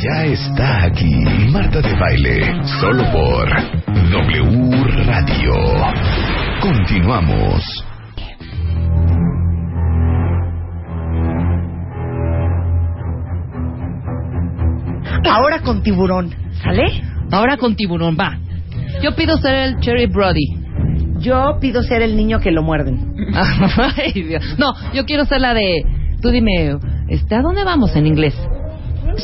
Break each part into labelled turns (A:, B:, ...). A: Ya está aquí Marta de Baile, solo por W Radio. Continuamos.
B: Ahora con tiburón.
C: ¿Sale? Ahora con tiburón, va. Yo pido ser el Cherry Brody.
B: Yo pido ser el niño que lo muerden.
C: Ay, Dios. No, yo quiero ser la de. Tú dime, este, ¿a dónde vamos en inglés?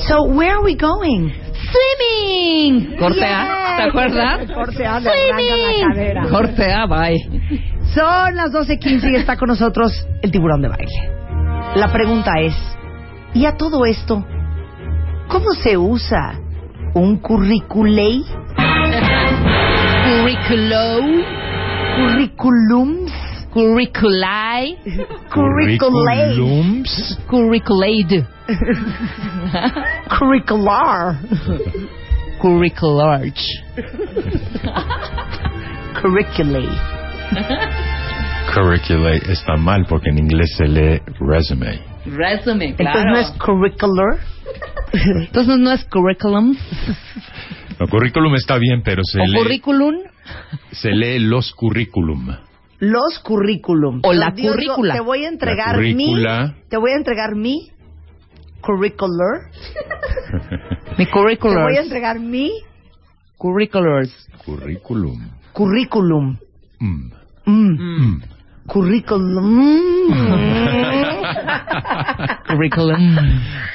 B: So, where are we going?
C: ¡Swimming! Cortea,
B: Yeah.
C: ¿te acuerdas?
B: Cortea, le arranca la cadera.
C: Cortea, bye.
B: Son las 12.15 y está con nosotros el tiburón de baile. La pregunta es, ¿y a todo esto? ¿Cómo se usa un curriculei?
C: Curriculum.
B: ¿Curriculums?
C: Curriculae.
B: Curriculei.
A: Curriculums.
C: Curriculaid.
B: Curricular.
C: Curricularch.
B: Curriculei.
D: Curriculate está mal porque en inglés se lee resume.
C: Resume,
B: Entonces no es curricular.
C: Entonces no es curriculum.
D: No, currículum está bien, pero se,
C: O
D: lee,
C: curriculum.
D: se lee los currículum.
B: Los currículum.
C: O la
B: Dios,
C: currícula.
B: Te voy a entregar
D: La
B: mi...
D: currícula.
B: Te voy a entregar mi... Curricular. Te
C: Mi
B: voy a
C: curriculars.
B: entregar mi...
C: Curriculars.
D: Currículum.
B: Currículum.
D: Mm.
B: Mm.
D: Mm.
B: Currículum. Mm.
C: Curriculum.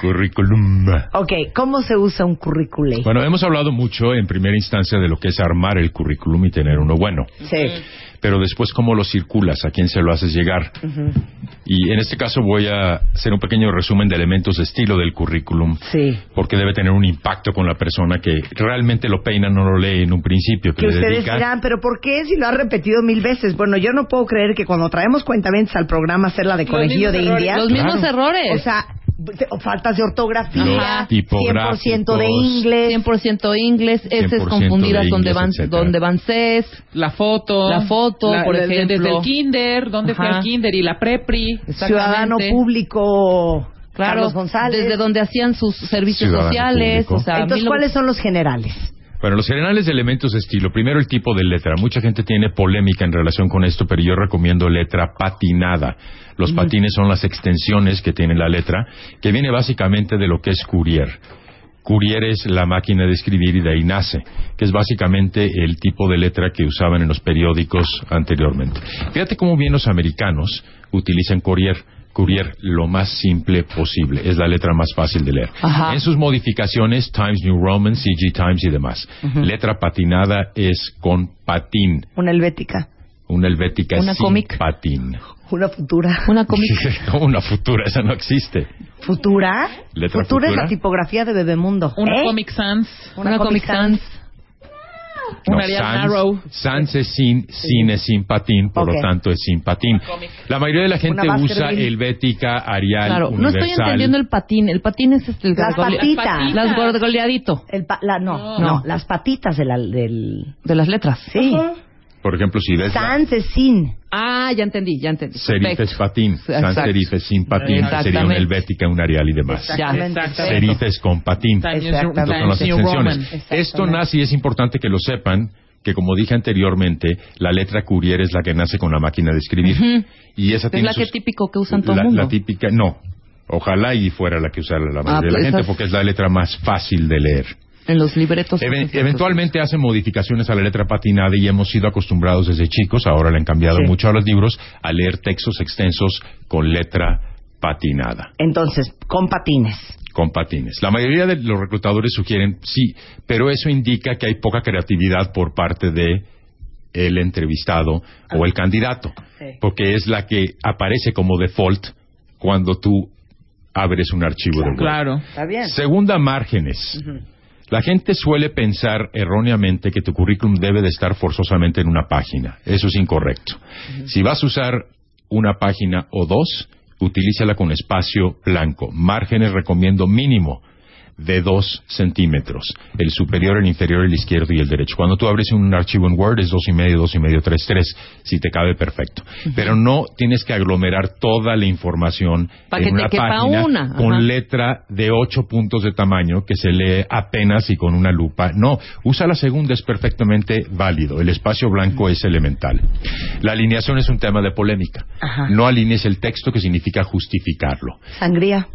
D: Currículum.
B: ok, ¿cómo se usa un currículum?
D: Bueno, hemos hablado mucho en primera instancia de lo que es armar el currículum y tener uno bueno.
B: Sí.
D: Pero después, ¿cómo lo circulas? ¿A quién se lo haces llegar? Y en este caso voy a hacer un pequeño resumen de elementos de estilo del currículum.
B: Sí.
D: porque debe tener un impacto con la persona que realmente lo peina, no lo lee en un principio, que,
B: Que
D: le
B: ustedes
D: dedica.
B: dirán, pero ¿por qué si lo ha repetido mil veces? Bueno, yo no puedo creer que cuando traemos cuentavientes al programa hacer la de conejillo de India,
C: Los mismos
D: Claro.
C: errores.
B: o sea, te- o faltas de ortografía,
D: Los
B: 100% de
D: tipográficos.
B: inglés,
C: 100% inglés, S
D: 100%
C: confundidas
D: de
C: donde
D: inglés,
C: van
D: etcétera.
C: donde van Cs,
E: La foto.
C: La foto, por
E: desde-
C: ejemplo.
E: Desde el kinder, dónde fue
C: Ajá.
E: el kinder y la prepri. Exactamente.
B: ciudadano público,
C: claro,
B: Carlos González.
C: desde donde hacían sus servicios
D: Ciudadano
C: sociales,
D: público.
C: o sea,
B: Entonces,
C: mil-
B: ¿cuáles son los generales?
D: Bueno, los generales de elementos de estilo. Primero, el tipo de letra. Mucha gente tiene polémica en relación con esto, pero yo recomiendo letra patinada. Los patines son las extensiones que tiene la letra, que viene básicamente de lo que es Courier. Courier es la máquina de escribir y de ahí nace, que es básicamente el tipo de letra que usaban en los periódicos anteriormente. Fíjate cómo bien los americanos utilizan Courier. Courier lo más simple posible, es la letra más fácil de leer.
C: Ajá.
D: En sus modificaciones, Times New Roman, CG Times y demás. Letra patinada es con patín,
B: Una helvética,
D: una helvética
C: Una
D: sin
C: cómic.
D: patín.
B: una futura.
C: una cómica.
D: Como una futura, esa no existe.
B: ¿Futura?
D: Letra
B: futura es
D: futura.
B: la tipografía de Bebemundo.
E: Una
B: ¿Eh?
E: Comic Sans.
C: Una, Comic Sans.
E: Un
D: No,
E: Arial
D: sans,
E: Narrow.
D: sans es sin, sin es sin patín, por
B: Ok.
D: lo tanto es sin patín. La mayoría de la gente
B: Una
D: usa
B: Baskerville.
D: helvética, arial,
C: Claro, no
D: universal.
C: estoy entendiendo el patín. El patín es este, el
B: Las
C: gorgole-
B: patitas.
C: Las gorgoleadito
B: El pa- la- no, no,
E: No.
B: las patitas de la- del...
C: de las letras.
B: Sí.
D: Por ejemplo, si ves la
B: Sans es sin.
C: Ah, ya entendí, ya entendí.
D: serif es
C: Perfecto.
D: patín, sans
C: Exacto.
D: serif es sin patín, sería una
C: Exactamente.
D: helvética, un arial y demás.
C: Ya.
E: Exactamente.
D: Serif es con patín.
E: Times New-
B: Exactamente.
D: Entonces, son las
E: Times New
D: extensiones.
E: Roman.
D: Esto nace y es importante que lo sepan que como dije anteriormente, la letra Courier es la que nace con la máquina de escribir
C: Ujú.
D: y esa
C: Es
D: tiene
C: la que
D: sus-
C: típico que usan todo el
D: la,
C: mundo.
D: la típica, no. Ojalá y fuera la que usara la mayoría de la
C: pues
D: gente
C: esas- Pues
D: porque es la letra más fácil de leer.
C: en los libretos.
D: Even- eventualmente hacen modificaciones a la letra patinada y hemos sido acostumbrados desde chicos, ahora le han cambiado mucho a los libros, a leer textos extensos con letra patinada,
B: Entonces, con patines.
D: con patines. La mayoría de los reclutadores sugieren sí, pero eso indica que hay poca creatividad por parte de el entrevistado o el candidato, porque es la que aparece como default cuando tú abres un archivo de Word.
E: Claro.
B: Está bien.
D: Segunda, márgenes. La gente suele pensar erróneamente que tu currículum debe de estar forzosamente en una página. Eso es incorrecto. Si vas a usar una página o dos, utilízala con espacio blanco. Márgenes recomiendo mínimo de 2 centímetros. El superior, el inferior, el izquierdo y el derecho. Cuando tú abres un archivo en Word es dos y medio, dos y medio, tres, tres. Si te cabe, perfecto. Pero no tienes que aglomerar toda la información
C: Pa'
D: en
C: que te
D: una
C: quepa
D: página
C: una,
D: con
C: ajá.
D: letra de ocho puntos de tamaño que se lee apenas y con una lupa. No, usa la segunda, es perfectamente válido. El espacio blanco es elemental. La alineación es un tema de polémica.
B: Ajá.
D: No alinees el texto que significa justificarlo.
B: Sangría.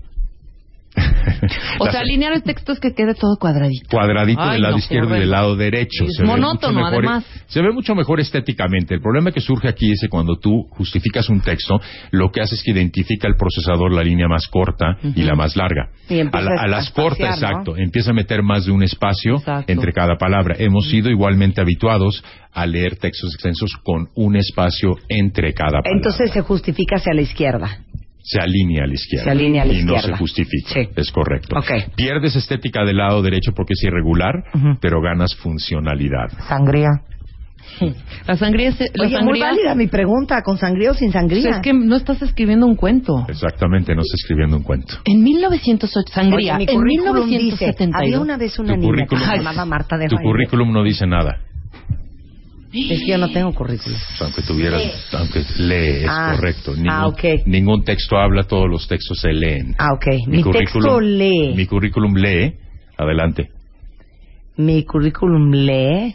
C: O
D: La
C: sea, alinear el texto es que quede todo cuadradito.
D: cuadradito
C: Ay,
D: del lado
C: no, qué
D: izquierdo y del
C: horror.
D: lado derecho.
C: Es
D: ve
C: monótono,
D: mucho e-
C: además.
D: Se ve mucho mejor estéticamente. El problema que surge aquí es que cuando tú justificas un texto, lo que hace es que identifica el procesador la línea más corta y la más larga.
B: Y
D: a,
B: empieza
D: la- a
B: a
D: las cortas,
B: espaciar, ¿no?
D: exacto. Empieza a meter más de un espacio
C: Exacto.
D: entre cada palabra. Hemos sido igualmente habituados a leer textos extensos con un espacio entre cada palabra.
B: Entonces se justifica hacia la izquierda.
D: se alinea a la izquierda.
B: Se alinea a la
D: y no se
B: izquierda.
D: justifica.
B: Sí.
D: Es correcto.
B: Ok.
D: Pierdes estética del lado derecho porque es irregular,
B: Ujú.
D: pero ganas funcionalidad.
B: Sangría.
C: La sangría es... La
B: Oye,
C: sangría,
B: muy válida mi pregunta, ¿con sangría o sin
C: Pues
B: sangría?
C: es que no estás escribiendo un cuento.
D: Exactamente, no está escribiendo un cuento.
C: En 1908, sangría,
B: Oye, mi
C: en
B: currículum dice,
C: 1972.
B: había una vez una
D: Tu
B: niña que
D: currículum-
B: se llamaba Marta de
D: Tu
B: Baile.
D: currículum no dice nada.
B: Es que yo no tengo currículum.
D: Aunque tuvieras, aunque lee, es
B: Ah,
D: correcto. Ningún,
B: ah, ok.
D: ningún texto habla, todos los textos se leen.
B: Ah, ok. Mi, texto
D: currículum-
B: lee.
D: Mi
B: Mi...
D: currículum lee. Adelante.
B: currículum lee.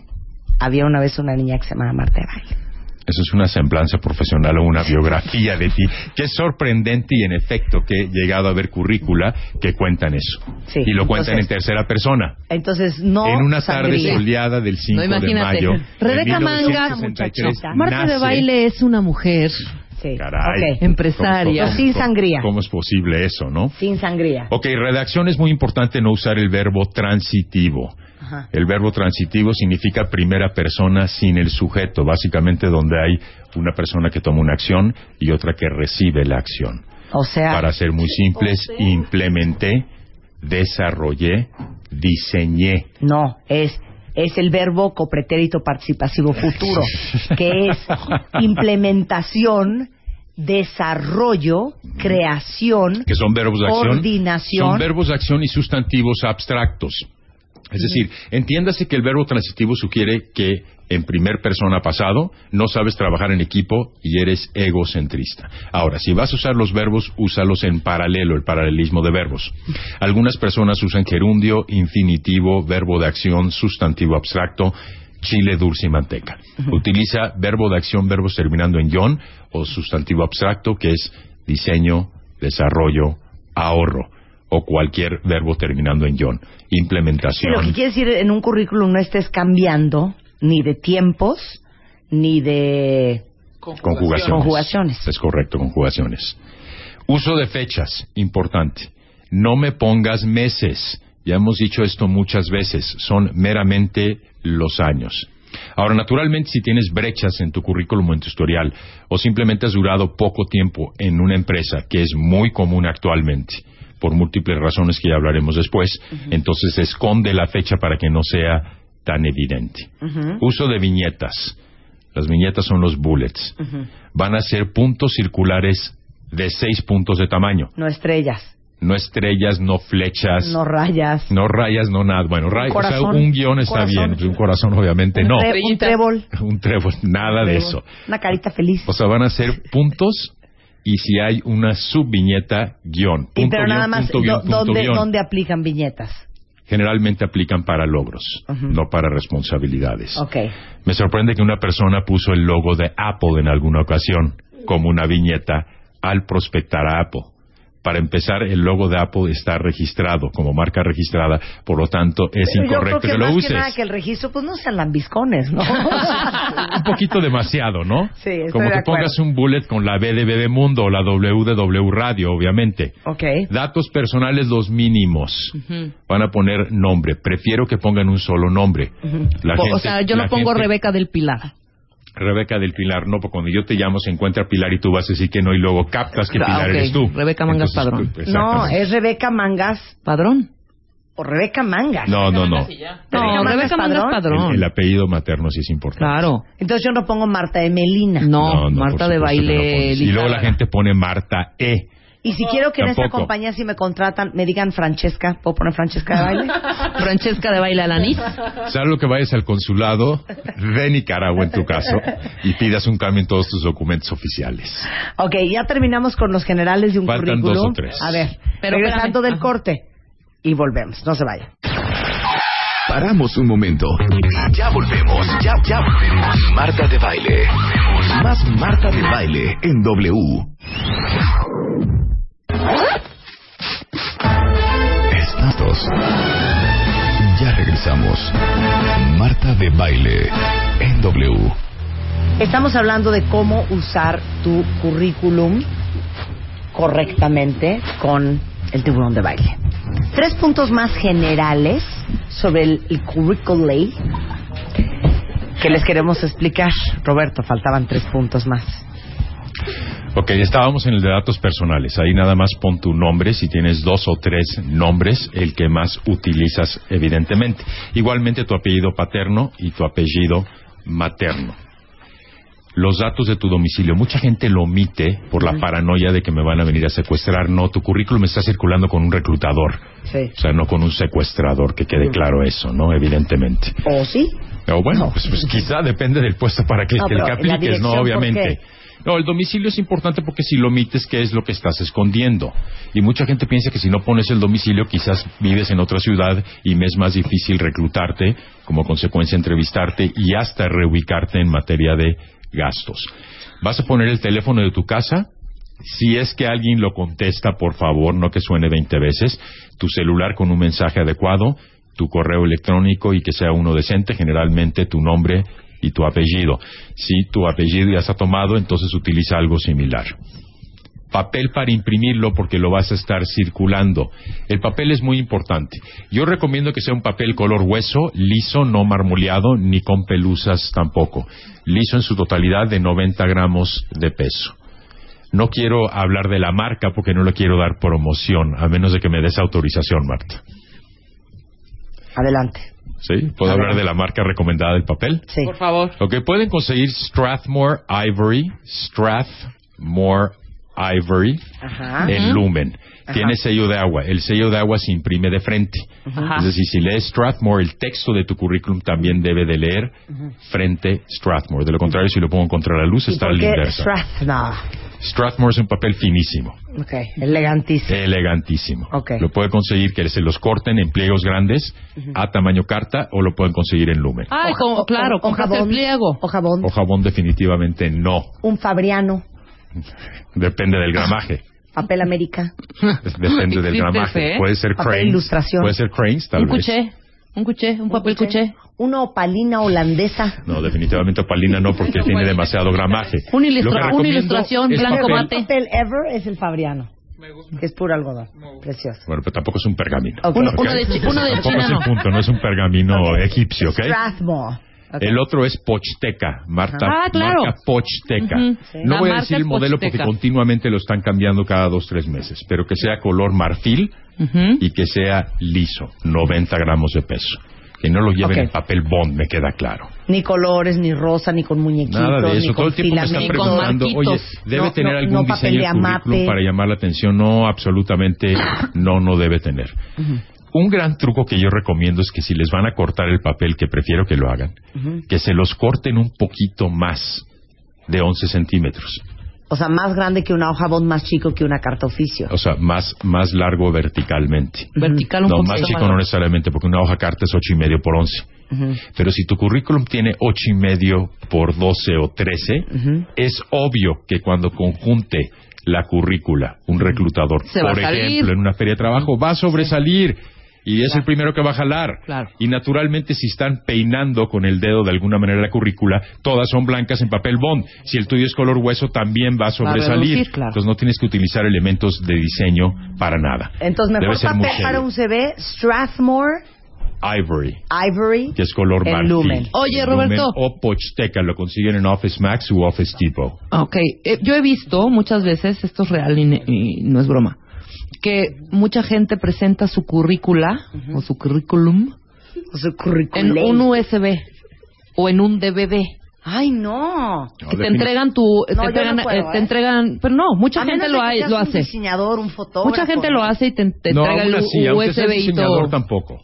B: Había una vez una niña que se llamaba Marta de Baile.
D: Eso es una semblanza profesional o una biografía de ti. Qué sorprendente y en efecto que he llegado a ver currícula que cuentan eso.
B: Sí,
D: y lo cuentan
B: entonces-
D: en tercera persona.
B: Entonces, no
D: en una
B: sangría.
D: tarde soleada del 5 de
C: imagínate.
D: mayo. de
C: Rebeca Mangas,
D: 1963,
C: Marta de
D: nace-
C: Baile es una mujer.
B: Sí.
D: Caray.
B: Ok.
C: Empresaria.
D: ¿Cómo- cómo-
B: Sin
D: cómo-
B: sangría.
D: ¿Cómo es posible eso, no?
B: Sin sangría.
D: Ok, redacción es muy importante no usar el verbo transitivo.
B: Ajá.
D: El verbo transitivo significa primera persona sin el sujeto, básicamente donde hay una persona que toma una acción y otra que recibe la acción.
B: O sea,
D: Para ser muy simples, implementé, desarrollé, diseñé.
B: no, es es el verbo copretérito participativo futuro, que es implementación, desarrollo, creación,
D: que son verbos de acción.
B: Coordinación.
D: Son verbos de acción y sustantivos abstractos. Es decir, entiéndase que el verbo transitivo sugiere que en primer persona pasado no sabes trabajar en equipo y eres egocentrista. Ahora, si vas a usar los verbos, úsalos en paralelo, el paralelismo de verbos. Algunas personas usan gerundio, infinitivo, verbo de acción, sustantivo abstracto, chile, dulce y manteca. Utiliza verbo de acción, verbos terminando en yon o sustantivo abstracto que es diseño, desarrollo, ahorro o cualquier verbo terminando en yon.
B: Sí, lo que
D: Implementación.
B: quiere decir en un currículum no estés cambiando ni de tiempos ni de
D: Conjugaciones.
B: Conjugaciones.
D: Es correcto, conjugaciones. Uso de fechas, importante. No me pongas meses. Ya hemos dicho esto muchas veces. Son meramente los años. Ahora, naturalmente, si tienes brechas en tu currículum o en tu historial, o simplemente has durado poco tiempo en una empresa, que es muy común actualmente, por múltiples razones que ya hablaremos después, entonces esconde la fecha para que no sea tan evidente. Uso de viñetas. Las viñetas son los bullets. Van a ser puntos circulares de seis puntos de tamaño.
B: no estrellas,
D: No estrellas, no flechas,
B: no rayas,
D: no rayas, no nada. Bueno, rayas, o sea,
B: corazón.
D: un guión está
B: Corazón.
D: bien, pues, un corazón obviamente
B: un,
D: no.
B: tre- un trébol,
D: Un trébol, nada de eso. Pues,
B: una carita feliz.
D: O sea, van a ser puntos y si hay una subviñeta, guión.
B: y
D: Punto,
B: pero
D: guión,
B: nada más,
D: punto, guión,
B: do-
D: punto,
B: ¿dónde,
D: guión.
B: dónde aplican viñetas?
D: Generalmente aplican para logros,
B: Ujú.
D: no para responsabilidades.
B: Ok.
D: Me sorprende que una persona puso el logo de Apple en alguna ocasión como una viñeta al prospectar a Apple. Para empezar, el logo de Apple está registrado como marca registrada, por lo tanto es
B: Pero yo creo
D: incorrecto
B: que,
D: que, lo
B: más
D: uses.
B: que nada que el registro, pues no sean lambiscones, ¿no?
D: Un poquito demasiado, ¿no?
B: Sí, estoy
D: como
B: de
D: que
B: acuerdo.
D: pongas un bullet con la B de BB Mundo o la W de W Radio, obviamente.
B: ok.
D: Datos personales los mínimos.
C: Ujú.
D: Van a poner nombre. Prefiero que pongan un solo nombre. La
C: Po- o
D: gente-
C: sea, yo no
D: la
C: pongo
D: gente-
C: Rebeca del Pilar.
D: Rebeca del Pilar, no, porque cuando yo te llamo se encuentra Pilar y tú vas a decir que no y luego captas que
C: Ah,
D: Pilar
C: ok.
D: eres tú.
C: Rebeca Mangas Padrón.
D: tú-
B: No,
D: exactamente.
B: es Rebeca Mangas
C: Padrón.
B: o Rebeca Mangas.
D: no, no, no.
C: No,
B: Mangas
C: Rebeca Mangas
B: Padrón.
C: Padrón.
D: El, el apellido materno sí es importante.
C: Claro.
B: Entonces yo no pongo Marta de Melina.
C: No,
D: No, no, por
C: Marta de
D: supuesto que no
C: baile.
D: pones. y luego la
C: Lizárraga.
D: gente pone Marta E.
B: Y si quiero que en esta
D: Tampoco.
B: compañía, si me contratan, me digan Francesca, ¿puedo poner Francesca de baile?
C: Francesca de Baila Alanis.
D: Salvo que vayas al consulado de Nicaragua en tu caso y pidas un cambio en todos tus documentos oficiales.
B: Ok, ya terminamos con los generales de un
D: Faltan
B: currículum.
D: dos o tres.
B: A ver,
C: Pero
B: regresando
C: espérame.
B: del
C: Ajá.
B: corte y volvemos, no se vaya.
A: Paramos un momento. Ya volvemos. Ya, ya volvemos. Marta de baile. Más Marta de baile en W. Estados. Ya regresamos. Marta de baile en W.
B: Estamos hablando de cómo usar tu currículum correctamente con el tiburón de baile. Tres puntos más generales sobre el, el curriculum que les queremos explicar. Roberto, faltaban tres puntos más.
D: Ok, estábamos en el de datos personales. Ahí nada más pon tu nombre, si tienes dos o tres nombres, el que más utilizas, evidentemente. Igualmente tu apellido paterno y tu apellido materno. Los datos de tu domicilio. Mucha gente lo omite por la paranoia de que me van a venir a secuestrar. No, tu currículum está circulando con un reclutador.
B: Sí.
D: O sea, no con un secuestrador, que quede claro eso, ¿no? Evidentemente.
B: ¿O sí?
D: O bueno, pues, pues quizá depende del puesto para que,
B: No,
D: que el que
B: pero la
D: apliques, ¿no?
B: dirección, ¿por
D: Obviamente.
B: qué?
D: No, el domicilio es importante porque si lo omites, ¿qué es lo que estás escondiendo? Y mucha gente piensa que si no pones el domicilio, quizás vives en otra ciudad y me es más difícil reclutarte, como consecuencia entrevistarte y hasta reubicarte en materia de gastos. Vas a poner el teléfono de tu casa, si es que alguien lo contesta, por favor, no que suene 20 veces, tu celular con un mensaje adecuado, tu correo electrónico y que sea uno decente, generalmente tu nombre y tu apellido. Si tu apellido ya está tomado, entonces utiliza algo similar. Papel para imprimirlo porque lo vas a estar circulando. El papel es muy importante. Yo recomiendo que sea un papel color hueso, liso, no marmoleado, ni con pelusas tampoco. Liso en su totalidad de 90 gramos de peso. No quiero hablar de la marca porque no le quiero dar promoción, a menos de que me des autorización, Marta.
B: Adelante.
D: ¿Sí? ¿Puedo hablar de la marca recomendada del papel?
B: Sí.
E: Por favor.
D: Ok, pueden conseguir Strathmore Ivory, Strathmore Ivory
B: Ajá.
D: en lumen.
B: Ajá.
D: Tiene sello de agua. El sello de agua se imprime de frente. Es decir, si lees Strathmore, el texto de tu currículum también debe de leer frente Strathmore. De lo contrario, si lo pongo contra la luz,
B: ¿Y
D: está a
B: por
D: la
B: qué
D: inversa.
B: Strath? No.
D: Strathmore es un papel finísimo.
B: Ok, elegantísimo.
D: elegantísimo.
B: Ok.
D: Lo puede conseguir que se los corten en pliegos grandes a tamaño carta o lo pueden conseguir en lumen.
C: Ay,
B: Hoja-
C: como-
B: Ah, o-
C: claro,
B: o-
C: con el
B: jabón.
C: pliego.
B: O jabón.
D: O jabón definitivamente no,
B: Un fabriano.
D: depende del gramaje.
B: Papel América.
D: Depende del
E: Existe
D: gramaje.
E: ese, ¿eh?
D: Puede ser
B: Papel
D: cranes,
B: ilustración.
D: puede ser cranes tal
C: Un
D: vez.
C: cuché, un cuché, un papel cuché.
B: Una opalina holandesa.
D: No, definitivamente palina no porque tiene demasiado gramaje.
C: Un ilustra-
D: Lo que
C: una
D: recomiendo
C: ilustración
D: es
C: blanco
B: Pero
D: papel-
B: el
C: mate.
B: papel ever es el fabriano. Que es puro algodón. Precioso.
D: Bueno, pero tampoco es un pergamino.
B: Ok.
C: Uno,
B: Ok.
C: uno de, chi- uno de
D: Tampoco
C: China
D: es el
C: no.
D: punto, no es un pergamino egipcio, ¿ok?
B: Strathmore. Ok.
D: El otro es Pochsteca, Marta.
C: Ah, claro.
D: Marca Pochsteca.
C: Ujú. Sí.
D: No
C: La
D: voy a
C: marca
D: decir
C: es
D: el modelo
C: Pochsteca.
D: porque continuamente lo están cambiando cada dos, tres meses, pero que sea color marfil
C: Ujú.
D: y que sea liso, 90 gramos de peso. Que no lo lleven
B: Ok.
D: en papel bond, me queda claro.
B: Ni colores, ni rosa, ni con muñequitos,
D: Nada de
B: ni
D: eso.
B: con
D: Todo el tiempo me están
B: filamentos.
D: preguntando,
C: marquitos.
D: oye, ¿debe
B: No,
D: tener
B: no,
D: algún
B: no papel
D: diseño
B: de
D: el currículum
B: amape.
D: para llamar la atención? No, absolutamente no, no debe tener. Un gran truco que yo recomiendo es que si les van a cortar el papel, que prefiero que lo hagan, que se los corten un poquito más de 11 centímetros.
B: O sea, más grande que una hoja bond, más chico que una carta oficio.
D: O sea, más, más largo verticalmente.
C: Vertical un
D: No,
C: poquito
D: más chico
C: más.
D: no necesariamente, porque una hoja carta es ocho y medio por 11. Pero si tu currículum tiene ocho y medio por 12 o 13, es obvio que cuando conjunte la currícula, un reclutador,
C: Se va
D: por
C: a salir.
D: ejemplo, en una feria de trabajo, va a sobresalir. Y es el primero que va a jalar.
C: Claro.
D: Y naturalmente, si están peinando con el dedo de alguna manera la currícula, todas son blancas en papel bond. Si el tuyo es color hueso, también va a
C: a
D: sobresalir.
C: reducir, claro.
D: Entonces, no tienes que utilizar elementos de diseño para nada.
B: Entonces,
D: Debe
B: mejor
D: ser
B: papel
D: muy
B: para
D: serio.
B: un CV, Strathmore,
D: Ivory,
B: Ivory,
D: que es color
B: en
D: marfil.
B: lumen.
C: Oye,
D: En
C: Roberto.
D: lumen o Pochsteca, lo consiguen en Office Max u Office Depot.
C: Ok, eh, yo he visto muchas veces, esto es real y, ne- y no es broma, que mucha gente presenta su currícula o su currículum
B: Su
C: en
B: currículum.
C: un USB o en un DVD.
B: Ay, no.
D: No,
C: que te
D: defini-
C: entregan tu te,
B: No, yo
C: entregan,
B: no puedo,
C: eh, te
B: ¿eh?
C: entregan pero no mucha
B: A
C: gente
B: menos
C: lo,
B: de que
C: ha-
B: seas
C: lo
B: un
C: hace
B: diseñador, un fotógrafo.
C: mucha gente lo hace y te, te
D: no,
C: entrega
D: aún
C: el
D: así, aunque seas
C: USB y
D: diseñador
C: todo
D: tampoco.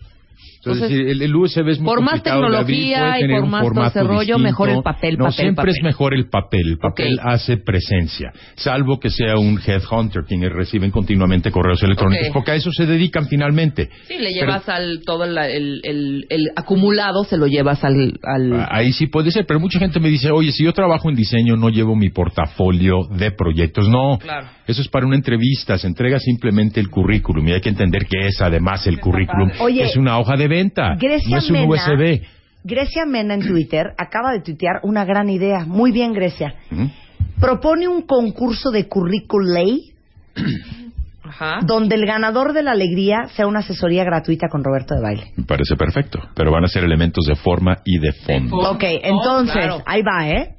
D: Entonces,
C: Entonces,
D: el, el USB es muy
C: por más
D: complicado de abrir,
C: tecnología
D: puede
C: y
D: tener
C: por
D: un
C: más todo
D: formato
C: ese rollo,
D: distinto.
C: mejor el papel,
D: No,
C: papel,
D: siempre es
C: papel.
D: mejor el papel. El papel
C: Ok.
D: hace presencia, salvo que sea un headhunter quienes reciben continuamente correos electrónicos,
C: Ok.
D: porque a eso se dedican finalmente.
C: sí le
D: Pero-
C: llevas al todo la- el, el, el acumulado se lo llevas al, al
D: Ah, Ahí sí puede ser, pero mucha gente me dice, oye, si yo trabajo en diseño, no llevo mi portafolio de proyectos. No,
C: Claro.
D: eso es para una entrevista, se entrega simplemente el currículum y hay que entender que es además el currículum.
B: Oye,
D: es una hoja de venta,
B: Grecia
D: no es un
B: Mena,
D: USB.
B: Grecia Mena en Twitter acaba de tuitear una gran idea. Muy bien, Grecia.
D: ¿Mm?
B: Propone un concurso de curriculay
C: ajá
B: donde el ganador de la alegría sea una asesoría gratuita con Roberto de Baile.
D: Me parece perfecto, pero van a ser elementos de forma y de fondo.
E: Oh,
B: ok, entonces,
C: claro.
B: ahí va, ¿eh?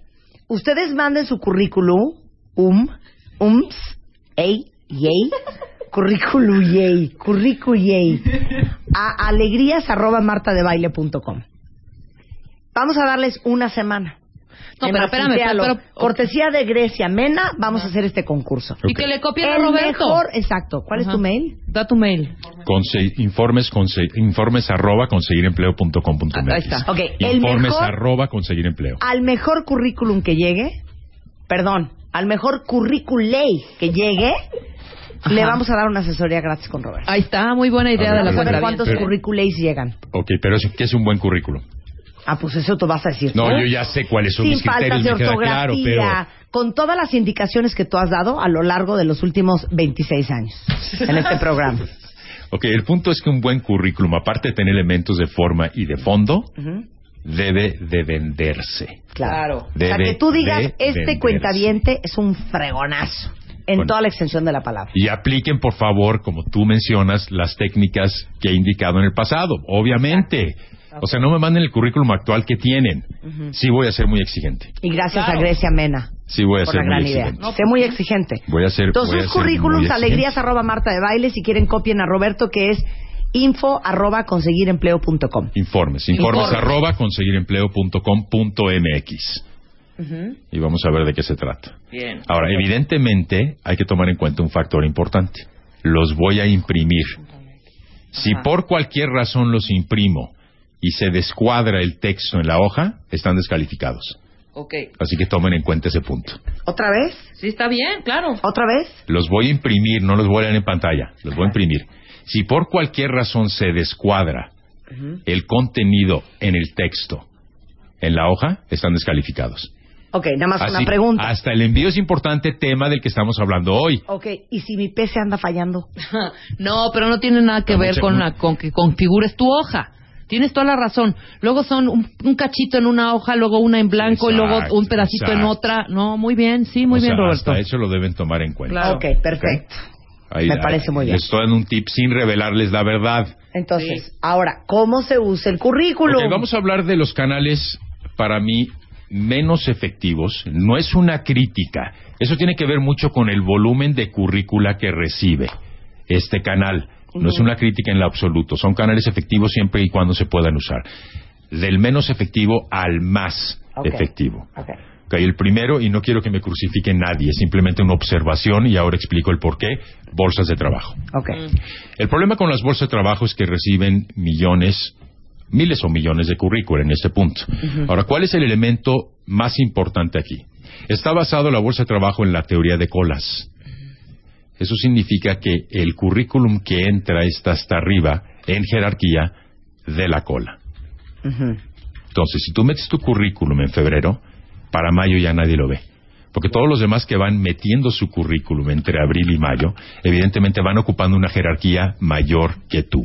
B: Ustedes manden su currículum, um, ums, ey, yey, currículum yey, currículum yey, a alegrías.martadebaile.com. Vamos a darles una semana.
C: No, pero espérame,
B: Mazatealo.
C: pero- pero-
B: cortesía de Grecia Mena, vamos a hacer este concurso.
C: y que le copien a
B: El
C: Roberto
B: mejor, exacto. ¿Cuál es
C: Ajá.
B: tu mail?
C: da tu mail
D: Conse- informes, conse- informes arroba conseguirempleo.com.mx.
C: Ah, ahí está.
B: Ok, el
D: Informes
B: mejor-
D: arroba conseguirempleo.
B: al mejor currículum que llegue, perdón, al mejor curriculey que llegue, le vamos a dar una asesoría gratis con Roberto.
C: ahí está muy buena idea
D: A ver,
C: de la
B: Vamos a
D: cuenta
B: ver
D: bien.
B: cuántos
D: Pero-
B: curriculays llegan.
D: Ok, pero es- ¿qué es un buen currículum?
B: Ah, pues eso te vas a decir.
D: No,
B: tú.
D: yo ya sé cuáles son
B: Sin
D: mis
B: faltas
D: criterios,
B: de
D: me queda claro,
B: ortografía,
D: pero...
B: con todas las indicaciones que tú has dado a lo largo de los últimos 26 años en este programa.
D: Ok, el punto es que un buen currículum, aparte de tener elementos de forma y de fondo,
B: Ujú,
D: debe de venderse.
B: Claro. o sea,
D: Debe
B: que tú digas,
D: de
B: este
D: venderse.
B: cuentaviente es un fregonazo en
D: Bueno.
B: toda la extensión de la palabra.
D: Y apliquen, por favor, como tú mencionas, las técnicas que he indicado en el pasado, obviamente. O sea, no me manden el currículum actual que tienen. Sí voy a ser muy exigente.
B: Y gracias
E: Claro.
B: a Grecia Mena
D: Sí voy a
B: por
D: ser
B: la
D: muy
B: gran idea.
D: exigente.
B: Sé muy exigente.
D: Voy a ser voy
B: Entonces,
D: a
B: sus
D: ser
B: currículums,
D: muy
B: alegrías, arroba Marta de Baile. Si quieren, copien a Roberto, que es info, arroba, conseguirempleo.com.
D: Informes, informes,
C: Informes.
D: arroba conseguirempleo.com.mx. Y vamos a ver de qué se trata.
C: bien
D: Ahora, evidentemente hay que tomar en cuenta un factor importante. Los voy a imprimir. Si por cualquier razón los imprimo y se descuadra el texto en la hoja, están descalificados.
C: ok
D: Así que tomen en cuenta ese punto.
B: ¿Otra vez?
C: sí está bien claro
B: ¿Otra vez?
D: Los voy a imprimir, no los voy a leer en pantalla, los voy a imprimir. Si por cualquier razón se descuadra el contenido en el texto, en la hoja, están descalificados.
B: Ok, nada más
D: Así,
B: una pregunta.
D: Hasta el envío es importante tema del que estamos hablando hoy.
B: Ok, ¿y si mi PC anda fallando?
C: No, pero no tiene nada que
D: No,
C: ver
D: mucha-
C: con,
D: mu-
C: la, con que configures tu hoja. Tienes toda la razón. Luego son un, un cachito en una hoja, luego una en blanco y
D: Exacto,
C: luego un pedacito en
D: exacto.
C: otra. No, muy bien, sí, muy
D: O sea,
C: bien, Roberto.
D: Hasta eso lo deben tomar en cuenta.
C: Claro.
B: Ok, perfecto.
D: Ahí-
B: Me
D: ahí-
B: parece muy bien.
D: Les estoy dando un tip sin revelarles la verdad.
B: Entonces, ahora, ¿cómo se usa el currículum?
D: Ok, vamos a hablar de los canales, para mí, menos efectivos. No es una crítica. Eso tiene que ver mucho con el volumen de currícula que recibe este canal. No es una crítica en lo absoluto. Son canales efectivos siempre y cuando se puedan usar. Del menos efectivo al más
B: Ok.
D: efectivo.
B: Ok.
D: Ok, el primero, y no quiero que me crucifique nadie, es simplemente una observación y ahora explico el por qué, bolsas de trabajo.
B: Ok.
D: El problema con las bolsas de trabajo es que reciben millones, miles o millones de currícula en este punto. Ahora, ¿cuál es el elemento más importante aquí? Está basado la bolsa de trabajo en la teoría de colas. Eso significa que el currículum que entra está hasta arriba en jerarquía de la cola.
B: Ujú.
D: Entonces, si tú metes tu currículum en febrero, para mayo ya nadie lo ve. Porque todos los demás que van metiendo su currículum entre abril y mayo, evidentemente van ocupando una jerarquía mayor que tú.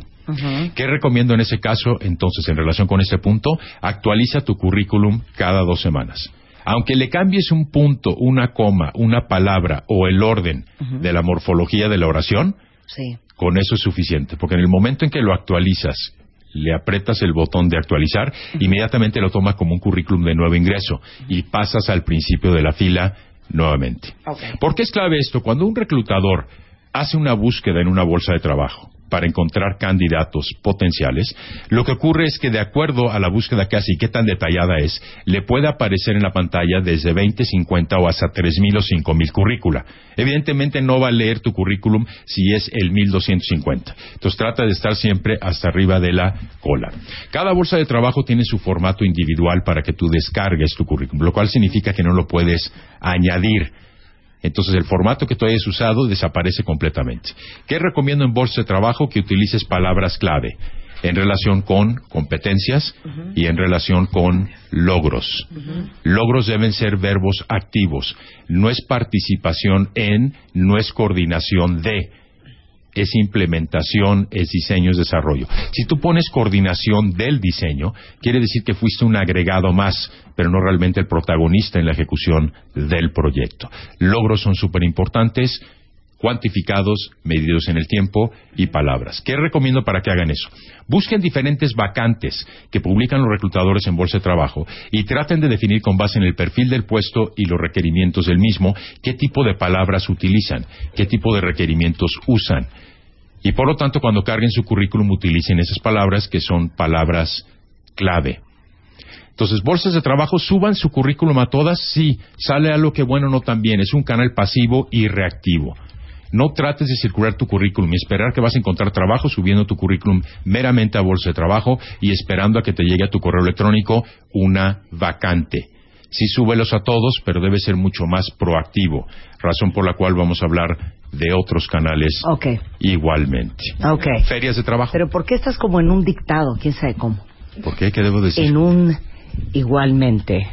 D: ¿Qué recomiendo en ese caso? Entonces, en relación con ese punto, actualiza tu currículum cada dos semanas. Aunque le cambies un punto, una coma, una palabra o el orden de la morfología de la oración,
B: Sí.
D: con eso es suficiente, porque en el momento en que lo actualizas, le aprietas el botón de actualizar, inmediatamente lo toma como un currículum de nuevo ingreso y pasas al principio de la fila nuevamente.
B: Ok.
D: ¿Por qué es clave esto? Cuando un reclutador hace una búsqueda en una bolsa de trabajo para encontrar candidatos potenciales, lo que ocurre es que de acuerdo a la búsqueda casi qué tan detallada es, le puede aparecer en la pantalla desde 20, 50 o hasta 3.000 o 5.000 currícula. Evidentemente no va a leer tu currículum si es el 1.250. Entonces trata de estar siempre hasta arriba de la cola. Cada bolsa de trabajo tiene su formato individual para que tú descargues tu currículum, lo cual significa que no lo puedes añadir. Entonces el formato que tú hayas usado desaparece completamente. ¿Qué recomiendo en bolsa de trabajo? Que utilices palabras clave en relación con competencias y en relación con logros. Logros deben ser verbos activos. No es participación en, no es coordinación de. Es implementación, es diseño, es desarrollo. Si tú pones coordinación del diseño, quiere decir que fuiste un agregado más, pero no realmente el protagonista en la ejecución del proyecto. Logros son súper importantes, cuantificados, medidos en el tiempo y palabras. ¿Qué recomiendo para que hagan eso? Busquen diferentes vacantes que publican los reclutadores en Bolsa de Trabajo y traten de definir con base en el perfil del puesto y los requerimientos del mismo qué tipo de palabras utilizan, qué tipo de requerimientos usan. Y por lo tanto, cuando carguen su currículum, utilicen esas palabras que son palabras clave. Entonces, bolsas de trabajo, suban su currículum a todas, sí, sale algo que bueno no también, es un canal pasivo y reactivo. No trates de circular tu currículum y esperar que vas a encontrar trabajo subiendo tu currículum meramente a bolsa de trabajo y esperando a que te llegue a tu correo electrónico una vacante. Sí, súbelos a todos, pero debe ser mucho más proactivo, razón por la cual vamos a hablar de otros canales
B: Ok,
D: igualmente.
B: ok.
D: Ferias de trabajo.
B: Pero ¿por qué estás como en un dictado? ¿Quién sabe cómo?
D: ¿Por qué? ¿Qué debo decir?
B: En un igualmente.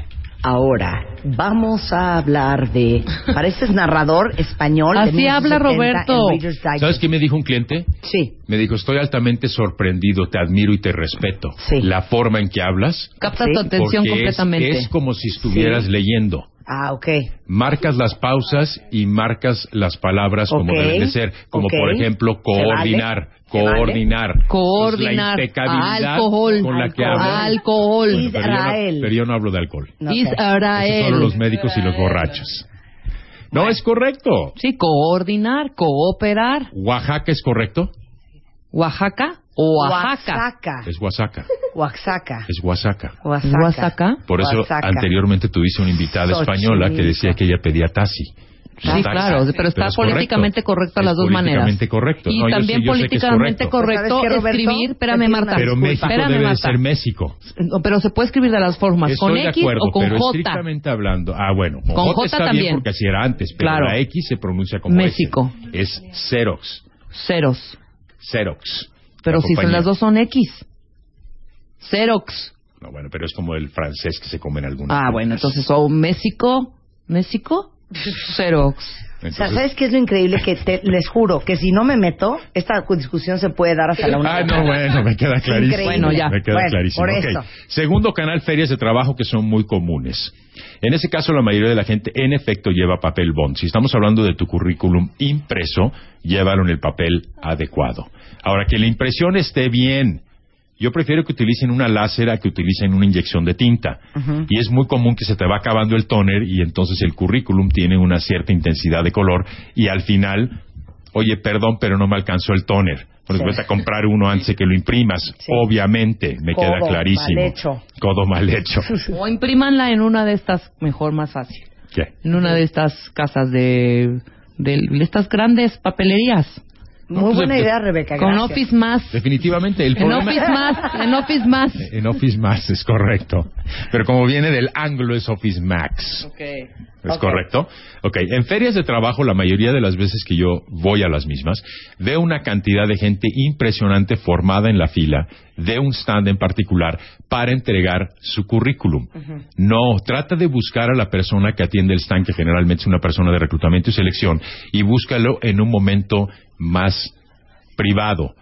B: Ahora, vamos a hablar de... Pareces narrador español. de
C: Así
B: 1970
C: habla
B: en
C: Roberto.
B: Reader's Digest.
D: ¿Sabes qué me dijo un cliente?
B: Sí.
D: Me dijo, estoy altamente sorprendido, te admiro y te respeto.
B: Sí.
D: La forma en que hablas.
C: Capta
B: Sí,
C: tu atención
D: porque es-
C: completamente.
D: Es, como si estuvieras
B: Sí.
D: leyendo.
B: Ah, ok.
D: Marcas las pausas y marcas las palabras como
B: Ok,
D: deben de ser. Como
B: ok.
D: por ejemplo,
B: Se vale,
D: coordinar.
B: se vale.
D: Coordinar.
C: Coordinar.
D: Entonces, la impecabilidad
C: Alcohol.
D: con la que hablas.
C: Alcohol.
D: Bueno, pero, yo no,
B: Israel.
D: pero yo no hablo de alcohol.
B: No sé.
D: Eso
C: Israel.
D: solo los médicos y los borrachos. No es correcto.
C: Sí, coordinar, cooperar.
D: Oaxaca es correcto.
C: Oaxaca, Oaxaca.
B: Oaxaca.
D: Es Oaxaca.
B: Oaxaca.
D: Es Oaxaca.
B: Oaxaca.
C: Oaxaca.
D: Por eso
B: Oaxaca.
D: anteriormente tuviste una invitada española que
B: Xochimilco.
D: decía que ella pedía taxi.
C: Sí,
D: Taxa.
C: claro, pero está
D: es
C: políticamente correcto,
D: Es
C: las dos maneras.
D: Políticamente correcto.
C: Y
D: No, yo
C: también
D: sé- yo sé que es
C: políticamente correcto
B: ¿Sabes qué, Roberto?
C: escribir,
B: Te
C: espérame
B: pido
C: Marta,
B: una
D: Pero
B: disculpa.
D: México
C: espérame
D: debe de
C: Marta.
D: ser México.
C: No, pero se puede escribir de las formas,
D: Estoy
C: con
D: de
C: X
D: acuerdo,
C: o con
D: pero
C: J.
D: estrictamente hablando. Ah, bueno, con,
C: Con J
D: está bien
C: también.
D: porque así era antes, pero
C: Claro.
D: la X se pronuncia como
C: México.
D: S. Es Xerox.
C: Ceros.
D: Xerox.
C: Pero
D: La
C: si son
D: compañía.
C: las dos son X. Xerox.
D: No, bueno, pero es como el francés que se comen algunos.
C: Ah, bueno, entonces, o México, México, Xerox.
B: O sea,
D: Entonces-
B: ¿sabes qué es lo increíble? Que te- les juro que si no me meto, esta discusión se puede dar hasta la una.
D: Ah, no, bueno, me queda clarísimo.
B: Increíble. Bueno, ya.
D: Me queda
B: Bueno,
D: clarísimo.
B: por
D: Ok.
B: eso.
D: Segundo canal, ferias de trabajo que son muy comunes. En ese caso, la mayoría de la gente, en efecto, lleva papel bond. Si estamos hablando de tu currículum impreso, llévalo en el papel adecuado. Ahora, que la impresión esté bien. Yo prefiero que utilicen una láser a que utilicen una inyección de tinta. Y es muy común que se te va acabando el toner y entonces el currículum tiene una cierta intensidad de color y al final oye, perdón, pero no me alcanzó el toner. Pues
B: Sí.
D: vete a comprar uno antes de que lo imprimas.
B: Sí.
D: Obviamente, me
B: Codo
D: queda clarísimo.
B: mal hecho.
D: Codo mal hecho.
C: O imprímanla en una de estas, mejor, más fácil.
D: ¿Qué?
C: En una de estas casas de, de, de estas grandes papelerías.
B: Muy
D: pues,
B: buena idea, Rebeca.
C: Con
B: gracias.
C: Office Más.
D: Definitivamente, el
C: En
D: problema...
C: Office Más, en Office Más.
D: Eh, En Office Max es correcto. Pero como viene del anglo es Office Max. ¿Es
B: Ok.
D: correcto? Ok, en ferias de trabajo, la mayoría de las veces que yo voy a las mismas, veo una cantidad de gente impresionante formada en la fila de un stand en particular para entregar su currículum. No, trata de buscar a la persona que atiende el stand, que generalmente es una persona de reclutamiento y selección, y búscalo en un momento más privado.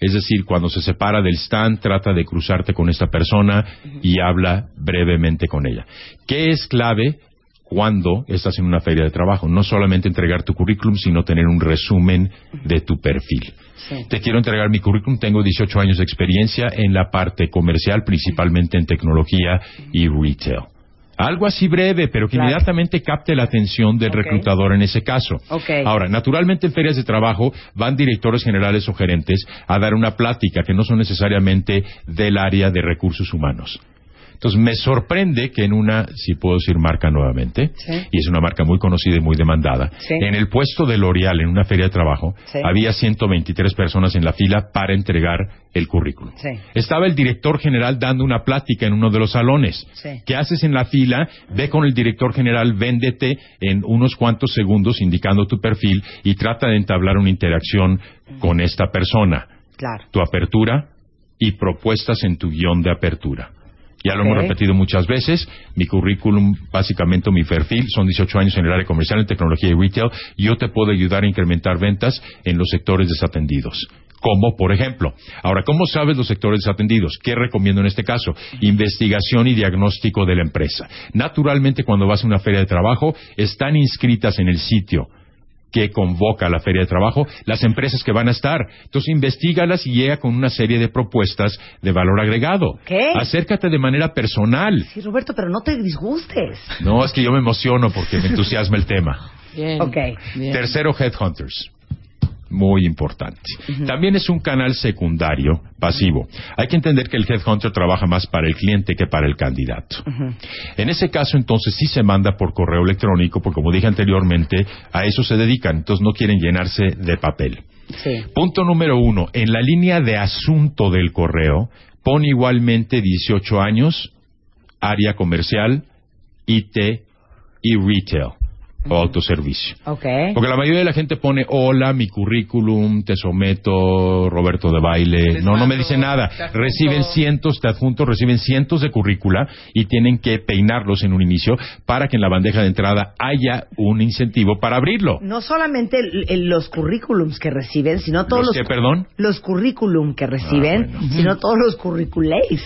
D: Es decir, cuando se separa del stand, trata de cruzarte con esta persona y habla brevemente con ella. ¿Qué es clave cuando estás en una feria de trabajo? No solamente entregar tu currículum, sino tener un resumen de tu perfil. Te quiero entregar mi currículum, tengo 18 años de experiencia en la parte comercial, principalmente en tecnología y retail. Algo así breve, pero que
B: Claro.
D: inmediatamente capte la atención del
B: Ok.
D: reclutador en ese caso.
B: Ok.
D: Ahora, naturalmente en ferias de trabajo van directores generales o gerentes a dar una plática que no son necesariamente del área de recursos humanos. Entonces me sorprende que en una, si puedo decir marca nuevamente,
B: Sí.
D: y es una marca muy conocida y muy demandada,
B: Sí.
D: en el puesto de L'Oreal en una feria de trabajo
B: Sí.
D: había 123 personas en la fila para entregar el currículum.
B: Sí.
D: Estaba el director general dando una plática en uno de los salones.
B: Sí.
D: ¿Qué haces en la fila? Ve con el director general, véndete en unos cuantos segundos indicando tu perfil y trata de entablar una interacción con esta persona
B: Claro.
D: tu apertura y propuestas en tu guión de apertura. Ya lo
B: Ok.
D: hemos repetido muchas veces. Mi currículum, básicamente mi perfil, son 18 años en el área comercial, en tecnología y retail. Yo te puedo ayudar a incrementar ventas en los sectores desatendidos. Como, por ejemplo, ahora, ¿cómo sabes los sectores desatendidos? ¿Qué recomiendo en este caso? Investigación y diagnóstico de la empresa. Naturalmente, cuando vas a una feria de trabajo, están inscritas en el sitio que convoca a la feria de trabajo, las empresas que van a estar. Entonces, investigalas y llega con una serie de propuestas de valor agregado.
B: ¿Qué?
D: Acércate de manera personal.
B: Sí, Roberto, pero no te disgustes.
D: No, es que yo me emociono porque me entusiasma el tema.
C: Bien.
B: Ok.
C: Bien.
D: Tercero, Headhunters. Muy importante. También es un canal secundario, pasivo. Hay que entender que el headhunter trabaja más para el cliente que para el candidato. En ese caso, entonces, sí se manda por correo electrónico, porque como dije anteriormente, a eso se dedican. Entonces, no quieren llenarse de papel.
B: Sí.
D: Punto número uno, en la línea de asunto del correo, pon igualmente 18 años, área comercial, IT y retail o autoservicio.
B: Ok.
D: Porque la mayoría de la gente pone, hola, mi currículum, te someto, Roberto de baile.
E: Les
D: no, no me
E: mando,
D: dice nada.
E: te adjunto.
D: Reciben cientos, te adjunto, reciben cientos de currícula y tienen que peinarlos en un inicio para que en la bandeja de entrada haya un incentivo para abrirlo.
B: No solamente el- el- los currículums que reciben, sino todos
D: ¿Los
B: los,
D: qué, perdón?
B: los currículum que reciben,
D: Ah, bueno.
B: sino todos los curriculates.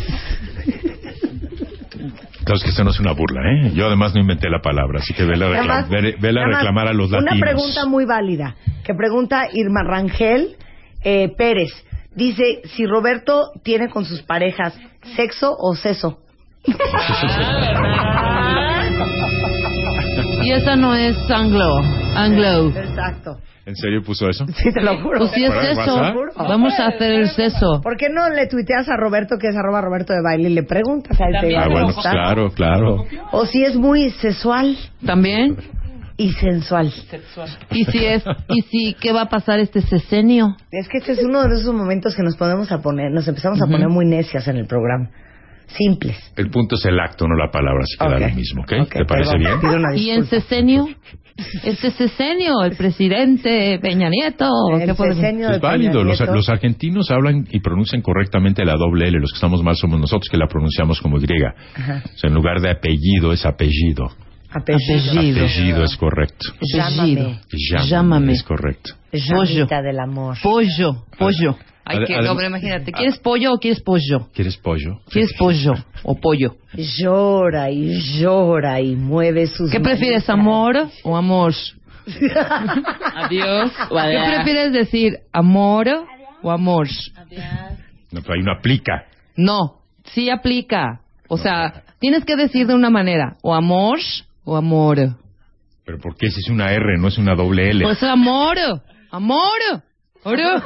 D: Claro, es que esto no es una burla, ¿eh? Yo además no inventé la palabra, así que vela,
B: Nada
D: reclam-
B: más-
D: vele- vela
B: nada más,
D: reclamar a los latinos.
B: Una pregunta muy válida que pregunta Irma Rangel eh, Pérez. Dice si Roberto tiene con sus parejas sexo o seso.
D: Ah,
C: Y esa no es anglo. Anglo.
B: Exacto.
D: ¿En serio puso eso?
B: Sí, te lo juro.
C: Pues sí es
D: ¿Para el
C: eso.
D: WhatsApp?
C: Vamos a hacer el seso.
B: ¿Por qué no le tuiteas a Roberto, que es arroba Roberto de Baile, y le preguntas a él? te
E: También
B: va a
D: Ah, bueno, pues
B: contestar?
D: claro, claro.
B: O si es muy sexual
C: ¿También?
B: y sensual.
C: ¿Y si es, y si qué va a pasar este sesenio?
B: Es que este es uno de esos momentos que nos ponemos a poner, nos empezamos a poner muy necias en el programa. Simples.
D: El punto es el acto, no la palabra, así que da
B: Ok.
D: lo mismo, ¿ok?
B: Ok,
D: ¿Te parece
B: perdón,
D: bien?
B: pido una
C: ¿Y en
B: disculpa.
C: sesenio? Este sesenio, el presidente Peña Nieto.
B: El
C: ¿qué puede ser?
B: sesenio de
D: Es válido,
B: Peña
D: los,
B: Nieto.
D: los argentinos hablan y pronuncian correctamente la doble L, los que estamos mal somos nosotros que la pronunciamos como Y.
B: Ajá.
D: O sea, en lugar de apellido es apellido.
B: Apellido.
C: Apellido.
D: Apellido es correcto.
B: Llámame.
D: Llámame.
C: Llámame.
D: Es correcto.
B: Llamita
C: Pollo.
B: del amor.
C: Pollo, pollo. Ay,
D: Ade-
C: qué
D: adem-
C: nombre, imagínate. ¿Quieres pollo o quieres pollo?
D: ¿Quieres pollo?
C: ¿Quieres pollo o pollo?
B: Llora y llora y mueve sus
C: ¿Qué
B: manitas.
C: prefieres, amor o amor?
E: Adiós.
C: ¿Qué
E: Eh.
C: prefieres decir, amor o amor?
D: No, pero ahí no aplica.
C: No, sí aplica. O sea, tienes que decir de una manera, o amor o amor.
D: ¿Pero por qué si es una R, no es una doble L?
C: Pues amor, amor, oro,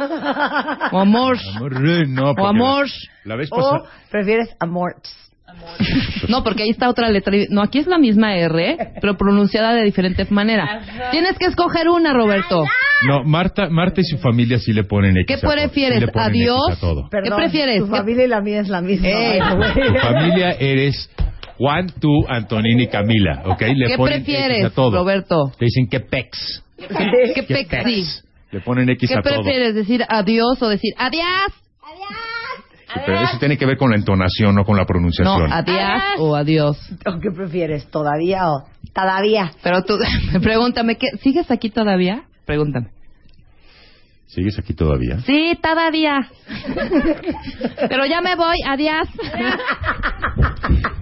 C: o amor,
D: Amor, eh, no, porque
C: o amor.
D: La vez pasada.
B: O prefieres amor.
D: pues
C: No, porque ahí está otra letra. No, aquí es la misma R, pero pronunciada de diferente manera. Tienes que escoger una, Roberto.
D: No, Marta, Marta y su familia sí le ponen X.
C: ¿Qué
D: a todo,
C: prefieres?
D: sí le ponen
C: ¿Adiós?
D: X a todo.
B: Perdón,
C: prefieres?
B: Tu
C: ¿Qué- Eh.
B: familia y la mía es la misma.
C: Ey.
B: Ay, güey.
D: Tu familia eres Juan, tú, Antonina y Camila, ¿ok? Le
C: ¿Qué
D: ponen X
C: prefieres,
D: a todo.
C: Roberto?
D: Le dicen que pex.
C: ¿Qué
D: que
C: pex- sí.
D: Le ponen X
C: ¿Qué
D: a todo.
C: prefieres, decir adiós o decir adiós?
D: Sí, pero eso tiene que ver con la entonación, no con la
C: No,
D: pronunciación.
C: adiós o adiós.
B: ¿O qué prefieres? ¿Todavía o todavía?
C: Pero tú, pregúntame, ¿qué, ¿sigues aquí todavía? Pregúntame.
D: ¿Sigues aquí todavía?
C: Sí, todavía. Pero ya me voy, adiós.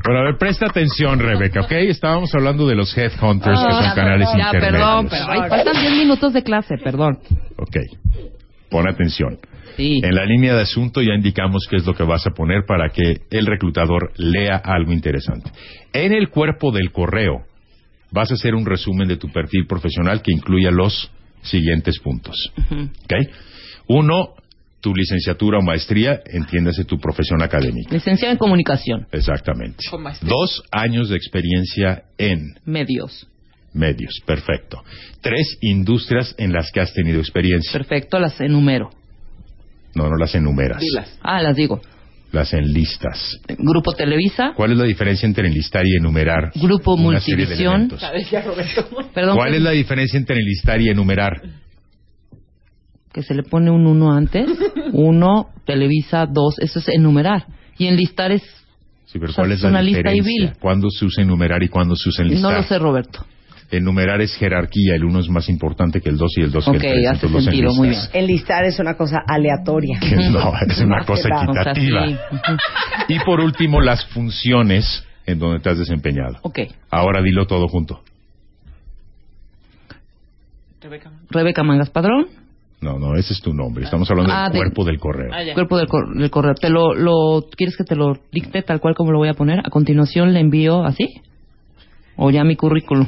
D: Bueno, a ver, presta atención, Rebeca, ¿ok? Estábamos hablando de los headhunters, que son canales
C: Ah, ya,
D: intermedios.
C: perdón, pero ay, faltan 10 minutos de clase, perdón.
D: Ok. Pon atención.
C: Sí.
D: En la línea de asunto ya indicamos qué es lo que vas a poner para que el reclutador lea algo interesante. En el cuerpo del correo vas a hacer un resumen de tu perfil profesional que incluya los siguientes puntos. ¿Ok? Uno, tu licenciatura o maestría, entiéndase tu profesión académica.
C: Licenciada en comunicación,
D: Exactamente.
E: Con maestría.
D: Dos años de experiencia en
C: medios.
D: medios. Perfecto. Tres industrias en las que has tenido experiencia.
C: Perfecto, las enumero.
D: No, no las enumeras.
E: Dilas.
C: Ah, las digo.
D: Las enlistas.
C: Grupo Televisa,
D: ¿Cuál es la diferencia entre enlistar y enumerar?
C: Grupo
D: Una serie de
C: Multivisión.
D: elementos.
E: ¿Sabes ya, Roberto?
C: perdón,
D: ¿Cuál
C: que,
D: es la diferencia entre enlistar y enumerar?
C: que se le pone un uno antes. Uno, Televisa, dos, eso es enumerar. Y enlistar es,
D: Sí, pero
C: O sea,
D: ¿cuál
C: es
D: es la
C: una lista y
D: diferencia?
C: vil.
D: ¿Cuándo se usa enumerar y cuándo se usa
C: no
D: enlistar?
C: lo sé, Roberto.
D: Enumerar es jerarquía, el uno es más importante que el dos y el dos
C: Ok,
D: que el tres.
C: hace
D: entonces los
C: sentido, muy
D: enlistas.
B: Enlistar es una cosa aleatoria.
D: No, es una
B: Más
D: cosa
B: que nada.
C: O sea,
D: equitativa.
C: sí, ujú.
D: Y por último, las funciones en donde te has desempeñado.
C: Ok.
D: Ahora dilo todo junto.
E: Rebeca.
C: Rebeca Mangas Padrón,
D: No, no, ese es tu nombre. Estamos hablando
C: Ah,
D: del
C: de-
D: cuerpo del correo.
E: Ah, ya.
C: cuerpo del, cor- del correo. ¿Te lo, lo- ¿Quieres que te lo dicte tal cual como lo voy a poner? A continuación le envío así. O ya mi currículum.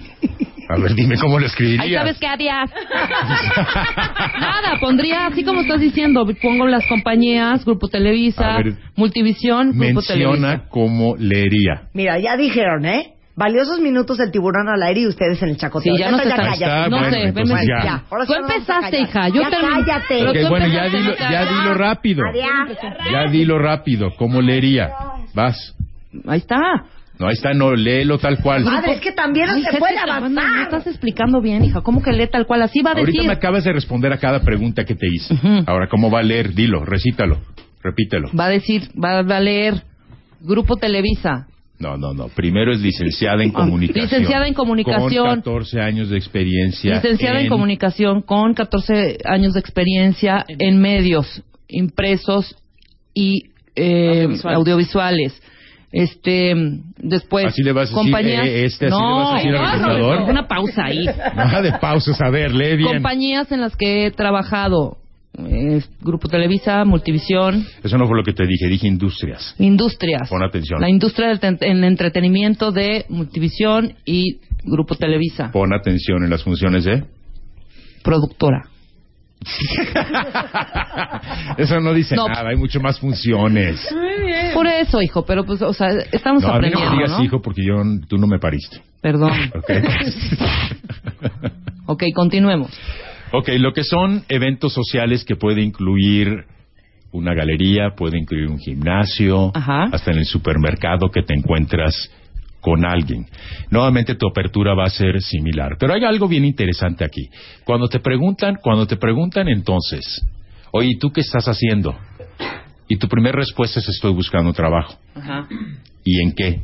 D: A ver, dime cómo lo
C: Ahí sabes
D: escribirías.
C: qué harías. Nada, pondría así como estás diciendo. Pongo las compañías, Grupo Televisa,
D: A ver,
C: Multivisión, Grupo Televisa.
D: Menciona cómo leería.
B: Mira, ya dijeron, ¿eh? Valiosos minutos del tiburón al aire y ustedes en el chacoteo.
C: Sí, ya no
B: Neta,
C: se sabe.
B: cállate.
D: Ahí está,
C: no
D: Ah, bueno,
C: sé,
D: entonces
C: venme-
D: ya.
B: Ahora sí
C: Tú
B: no nos vamos a
C: empezaste,
B: callar.
C: hija. Yo
B: Ya
C: terminé.
B: cállate.
C: Pero
D: Ok,
C: tú
D: bueno, ya
C: empezaste
D: dilo,
C: a
D: ya
C: hablar.
D: dilo rápido.
B: Adiós.
D: Ya dilo rápido, cómo leería. Vas.
C: Ahí está.
D: No, ahí está, no, léelo tal cual.
B: Madre, es que también
C: Ay,
B: se puede
C: jefe, cabrón, No
B: avanzar.
C: estás explicando bien, hija. ¿Cómo que lee tal cual? Así va a
D: Ahorita
C: decir.
D: me acabas de responder a cada pregunta que te hice.
C: Ujú.
D: Ahora, ¿cómo va a leer? Dilo, recítalo, repítelo.
C: Va a decir, va, va a leer Grupo Televisa.
D: No, no, no. Primero es licenciada en
C: Ah,
D: comunicación.
C: licenciada en comunicación.
D: Con 14 años de experiencia.
C: Licenciada en... comunicación con 14 años de experiencia en, medios, impresos y eh,
E: Audiovisuales.
C: audiovisuales. Este, después
D: Así le vas a decir,
C: compañías
D: eh, este, así le vas
C: no,
D: a decir al
C: no,
E: Ah,
D: reclutador.
C: no, una pausa ahí.
D: Nada de pausas, a ver, lee bien.
C: Compañías en las que he trabajado, eh, Grupo Televisa, Multivisión,
D: Eso no fue lo que te dije, dije industrias.
C: industrias.
D: Pon atención.
C: La industria del ten- en entretenimiento de Multivisión y Grupo Televisa,
D: Pon atención en las funciones ¿eh? de...
C: productora.
D: Eso no dice
C: No.
D: nada, hay mucho más funciones.
C: Por eso, hijo, pero pues, o sea, estamos
D: No, a mí no
C: aprendiendo,
D: me digas
C: ¿no?
D: hijo porque yo, tú no me pariste.
C: Perdón.
D: Ok.
C: Ok, continuemos.
D: ok, lo que son eventos sociales que puede incluir una galería, puede incluir un gimnasio,
C: Ajá.
D: hasta en el supermercado que te encuentras con alguien. Nuevamente tu apertura va a ser similar, pero hay algo bien interesante aquí. Cuando te preguntan, cuando te preguntan entonces, oye, ¿y tú qué estás haciendo? Y tu primera respuesta es estoy buscando trabajo.
C: Ajá.
D: ¿Y en qué?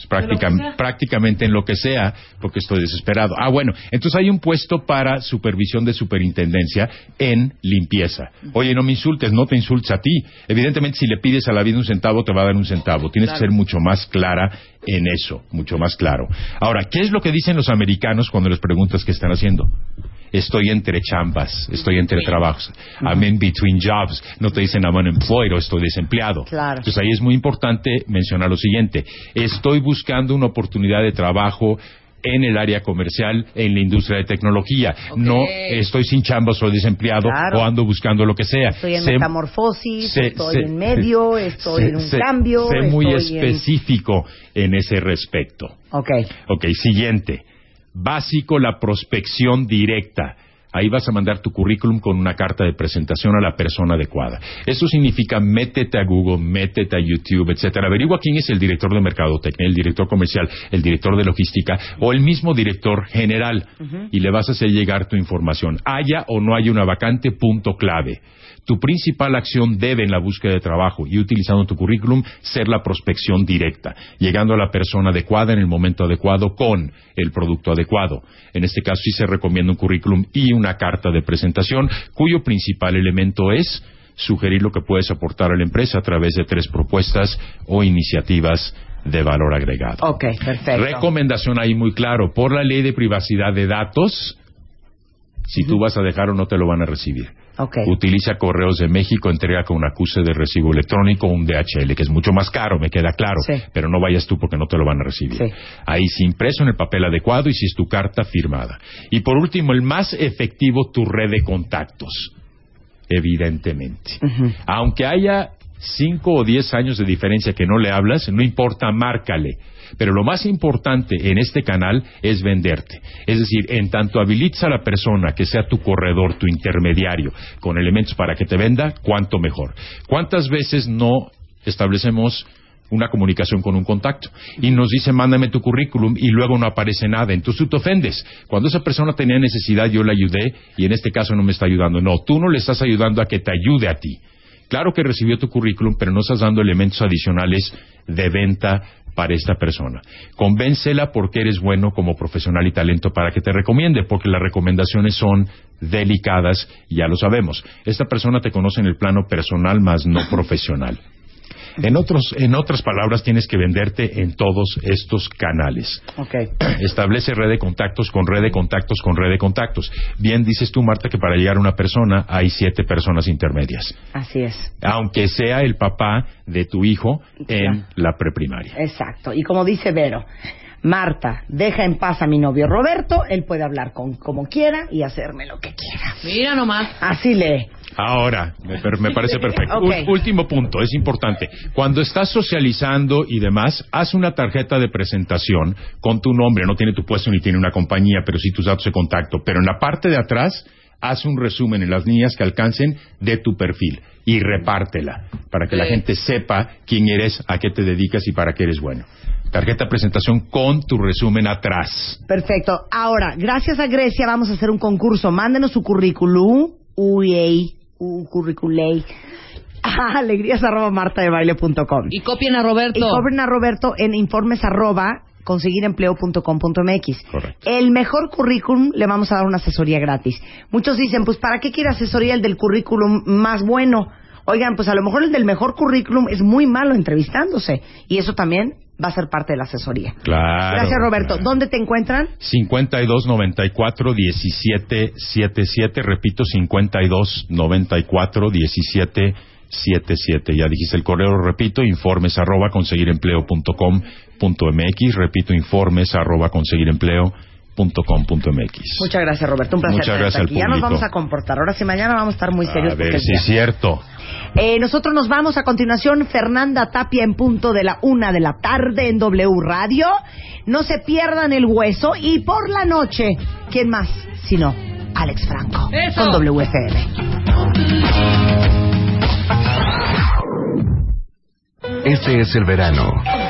D: Pues práctica- prácticamente en lo que sea, porque estoy desesperado. Ah, bueno, entonces hay un puesto para supervisión de superintendencia en limpieza. Oye, no me insultes, no te insultes a ti. Evidentemente, si le pides a la vida un centavo, te va a dar un centavo. Tienes que ser mucho más clara en eso, mucho más claro. Ahora, ¿qué es lo que dicen los americanos cuando les preguntas qué están haciendo? Estoy entre chambas, estoy entre trabajos. I'm in between jobs. No te dicen I'm unemployed o estoy desempleado.
B: Claro.
D: Entonces ahí es muy importante mencionar lo siguiente. Estoy buscando una oportunidad de trabajo en el área comercial, en la industria de tecnología. No estoy sin chamba, soy desempleado
B: Claro.
D: o ando buscando lo que sea.
B: Estoy en
D: Sé-
B: metamorfosis,
D: sé-
B: estoy
D: sé-
B: en medio, estoy
D: sé-
B: en un
D: sé-
B: cambio.
D: Sé muy
B: estoy en-
D: específico en ese respecto.
B: Ok.
D: Ok, siguiente. Básico, la prospección directa. Ahí vas a mandar tu currículum con una carta de presentación a la persona adecuada. Eso significa métete a Google, métete a YouTube, etcétera. Averigua quién es el director de mercadotecnia, el director comercial, el director de logística o el mismo director general y le vas a hacer llegar tu información. Haya o no haya una vacante, punto clave. Tu principal acción debe en la búsqueda de trabajo y utilizando tu currículum ser la prospección directa, llegando a la persona adecuada en el momento adecuado con el producto adecuado. En este caso sí se recomienda un currículum y una carta de presentación cuyo principal elemento es sugerir lo que puedes aportar a la empresa a través de tres propuestas o iniciativas de valor agregado.
B: Ok, perfecto.
D: Recomendación ahí muy claro, por la ley de privacidad de datos, si tú vas a dejar o no te lo van a recibir.
B: Ok.
D: Utiliza correos de México, entrega con un acuse de recibo electrónico, un DHL, que es mucho más caro, me queda claro.
B: Sí.
D: Pero no vayas tú porque no te lo van a recibir.
B: Sí.
D: Ahí sí impreso en el papel adecuado y si es tu carta firmada. Y por último, el más efectivo, tu red de contactos. Evidentemente.
B: Ujú.
D: Aunque haya cinco o diez años de diferencia que no le hablas, no importa, márcale. Pero lo más importante en este canal es venderte. Es decir, en tanto habilites a la persona que sea tu corredor, tu intermediario, con elementos para que te venda, cuanto mejor. ¿Cuántas veces no establecemos una comunicación con un contacto y nos dice mándame tu currículum y luego no aparece nada, entonces tú te ofendes. Cuando esa persona tenía necesidad yo la ayudé y en este caso no me está ayudando. No, tú no le estás ayudando a que te ayude a ti. Claro que recibió tu currículum, pero no estás dando elementos adicionales de venta para esta persona. Convéncela porque eres bueno como profesional y talento para que te recomiende, porque las recomendaciones son delicadas, ya lo sabemos. Esta persona te conoce en el plano personal, más no profesional. En, otros, en otras palabras, tienes que venderte en todos estos canales.
B: Ok.
D: Establece red de contactos con red de contactos con red de contactos. Bien dices tú, Marta, que para llegar a una persona hay siete personas intermedias.
B: Así es.
D: Aunque sea el papá de tu hijo en la preprimaria.
B: Exacto. Y como dice Vero, Marta, deja en paz a mi novio Roberto, él puede hablar con como quiera y hacerme lo que quiera.
C: Mira nomás.
B: Así lee.
D: Ahora, me, per- me parece perfecto.
B: Ok.
D: Ul- último punto, es importante. Cuando estás socializando y demás, haz una tarjeta de presentación con tu nombre. No tiene tu puesto ni tiene una compañía, pero sí tus datos de contacto. Pero en la parte de atrás, haz un resumen en las líneas que alcancen de tu perfil y repártela para que la
C: Sí.
D: gente sepa quién eres, a qué te dedicas y para qué eres bueno. Tarjeta de presentación con tu resumen atrás.
B: Perfecto. Ahora, gracias a Grecia vamos a hacer un concurso. Mándenos su currículum, UEI, u curriculei, a alegrías arroba martadebaile.com.
C: Y copien a Roberto.
B: Y cobren a Roberto en informes arroba conseguirempleo.com.mx.
D: Correcto.
B: El mejor currículum le vamos a dar una asesoría gratis. Muchos dicen, pues, ¿para qué quiere asesoría el del currículum más bueno? Oigan, pues a lo mejor el del mejor currículum es muy malo entrevistándose. Y eso también va a ser parte de la asesoría.
D: Claro.
B: Gracias, Roberto.
D: claro.
B: ¿Dónde te encuentran?
D: 52 94 17 77, repito, 52 94 17 77. Ya dijiste el correo, lo repito, informes arroba conseguirempleo.com.mx, repito, informes arroba conseguirempleo.com.mx.
B: Muchas gracias, Roberto. Un placer.
D: Muchas
B: tenerte
D: gracias al
B: aquí. Ya nos
D: público.
B: vamos a comportar. Ahora sí, mañana vamos a estar muy serios.
D: A
B: porque
D: ver
B: es
D: si es
B: viernes.
D: cierto.
B: Eh, nosotros nos vamos a continuación, Fernanda Tapia en punto de la una de la tarde en W Radio. No se pierdan el hueso y por la noche, ¿quién más? Sino Alex Franco
C: ¡Eso!
B: con WFM.
A: Este es el verano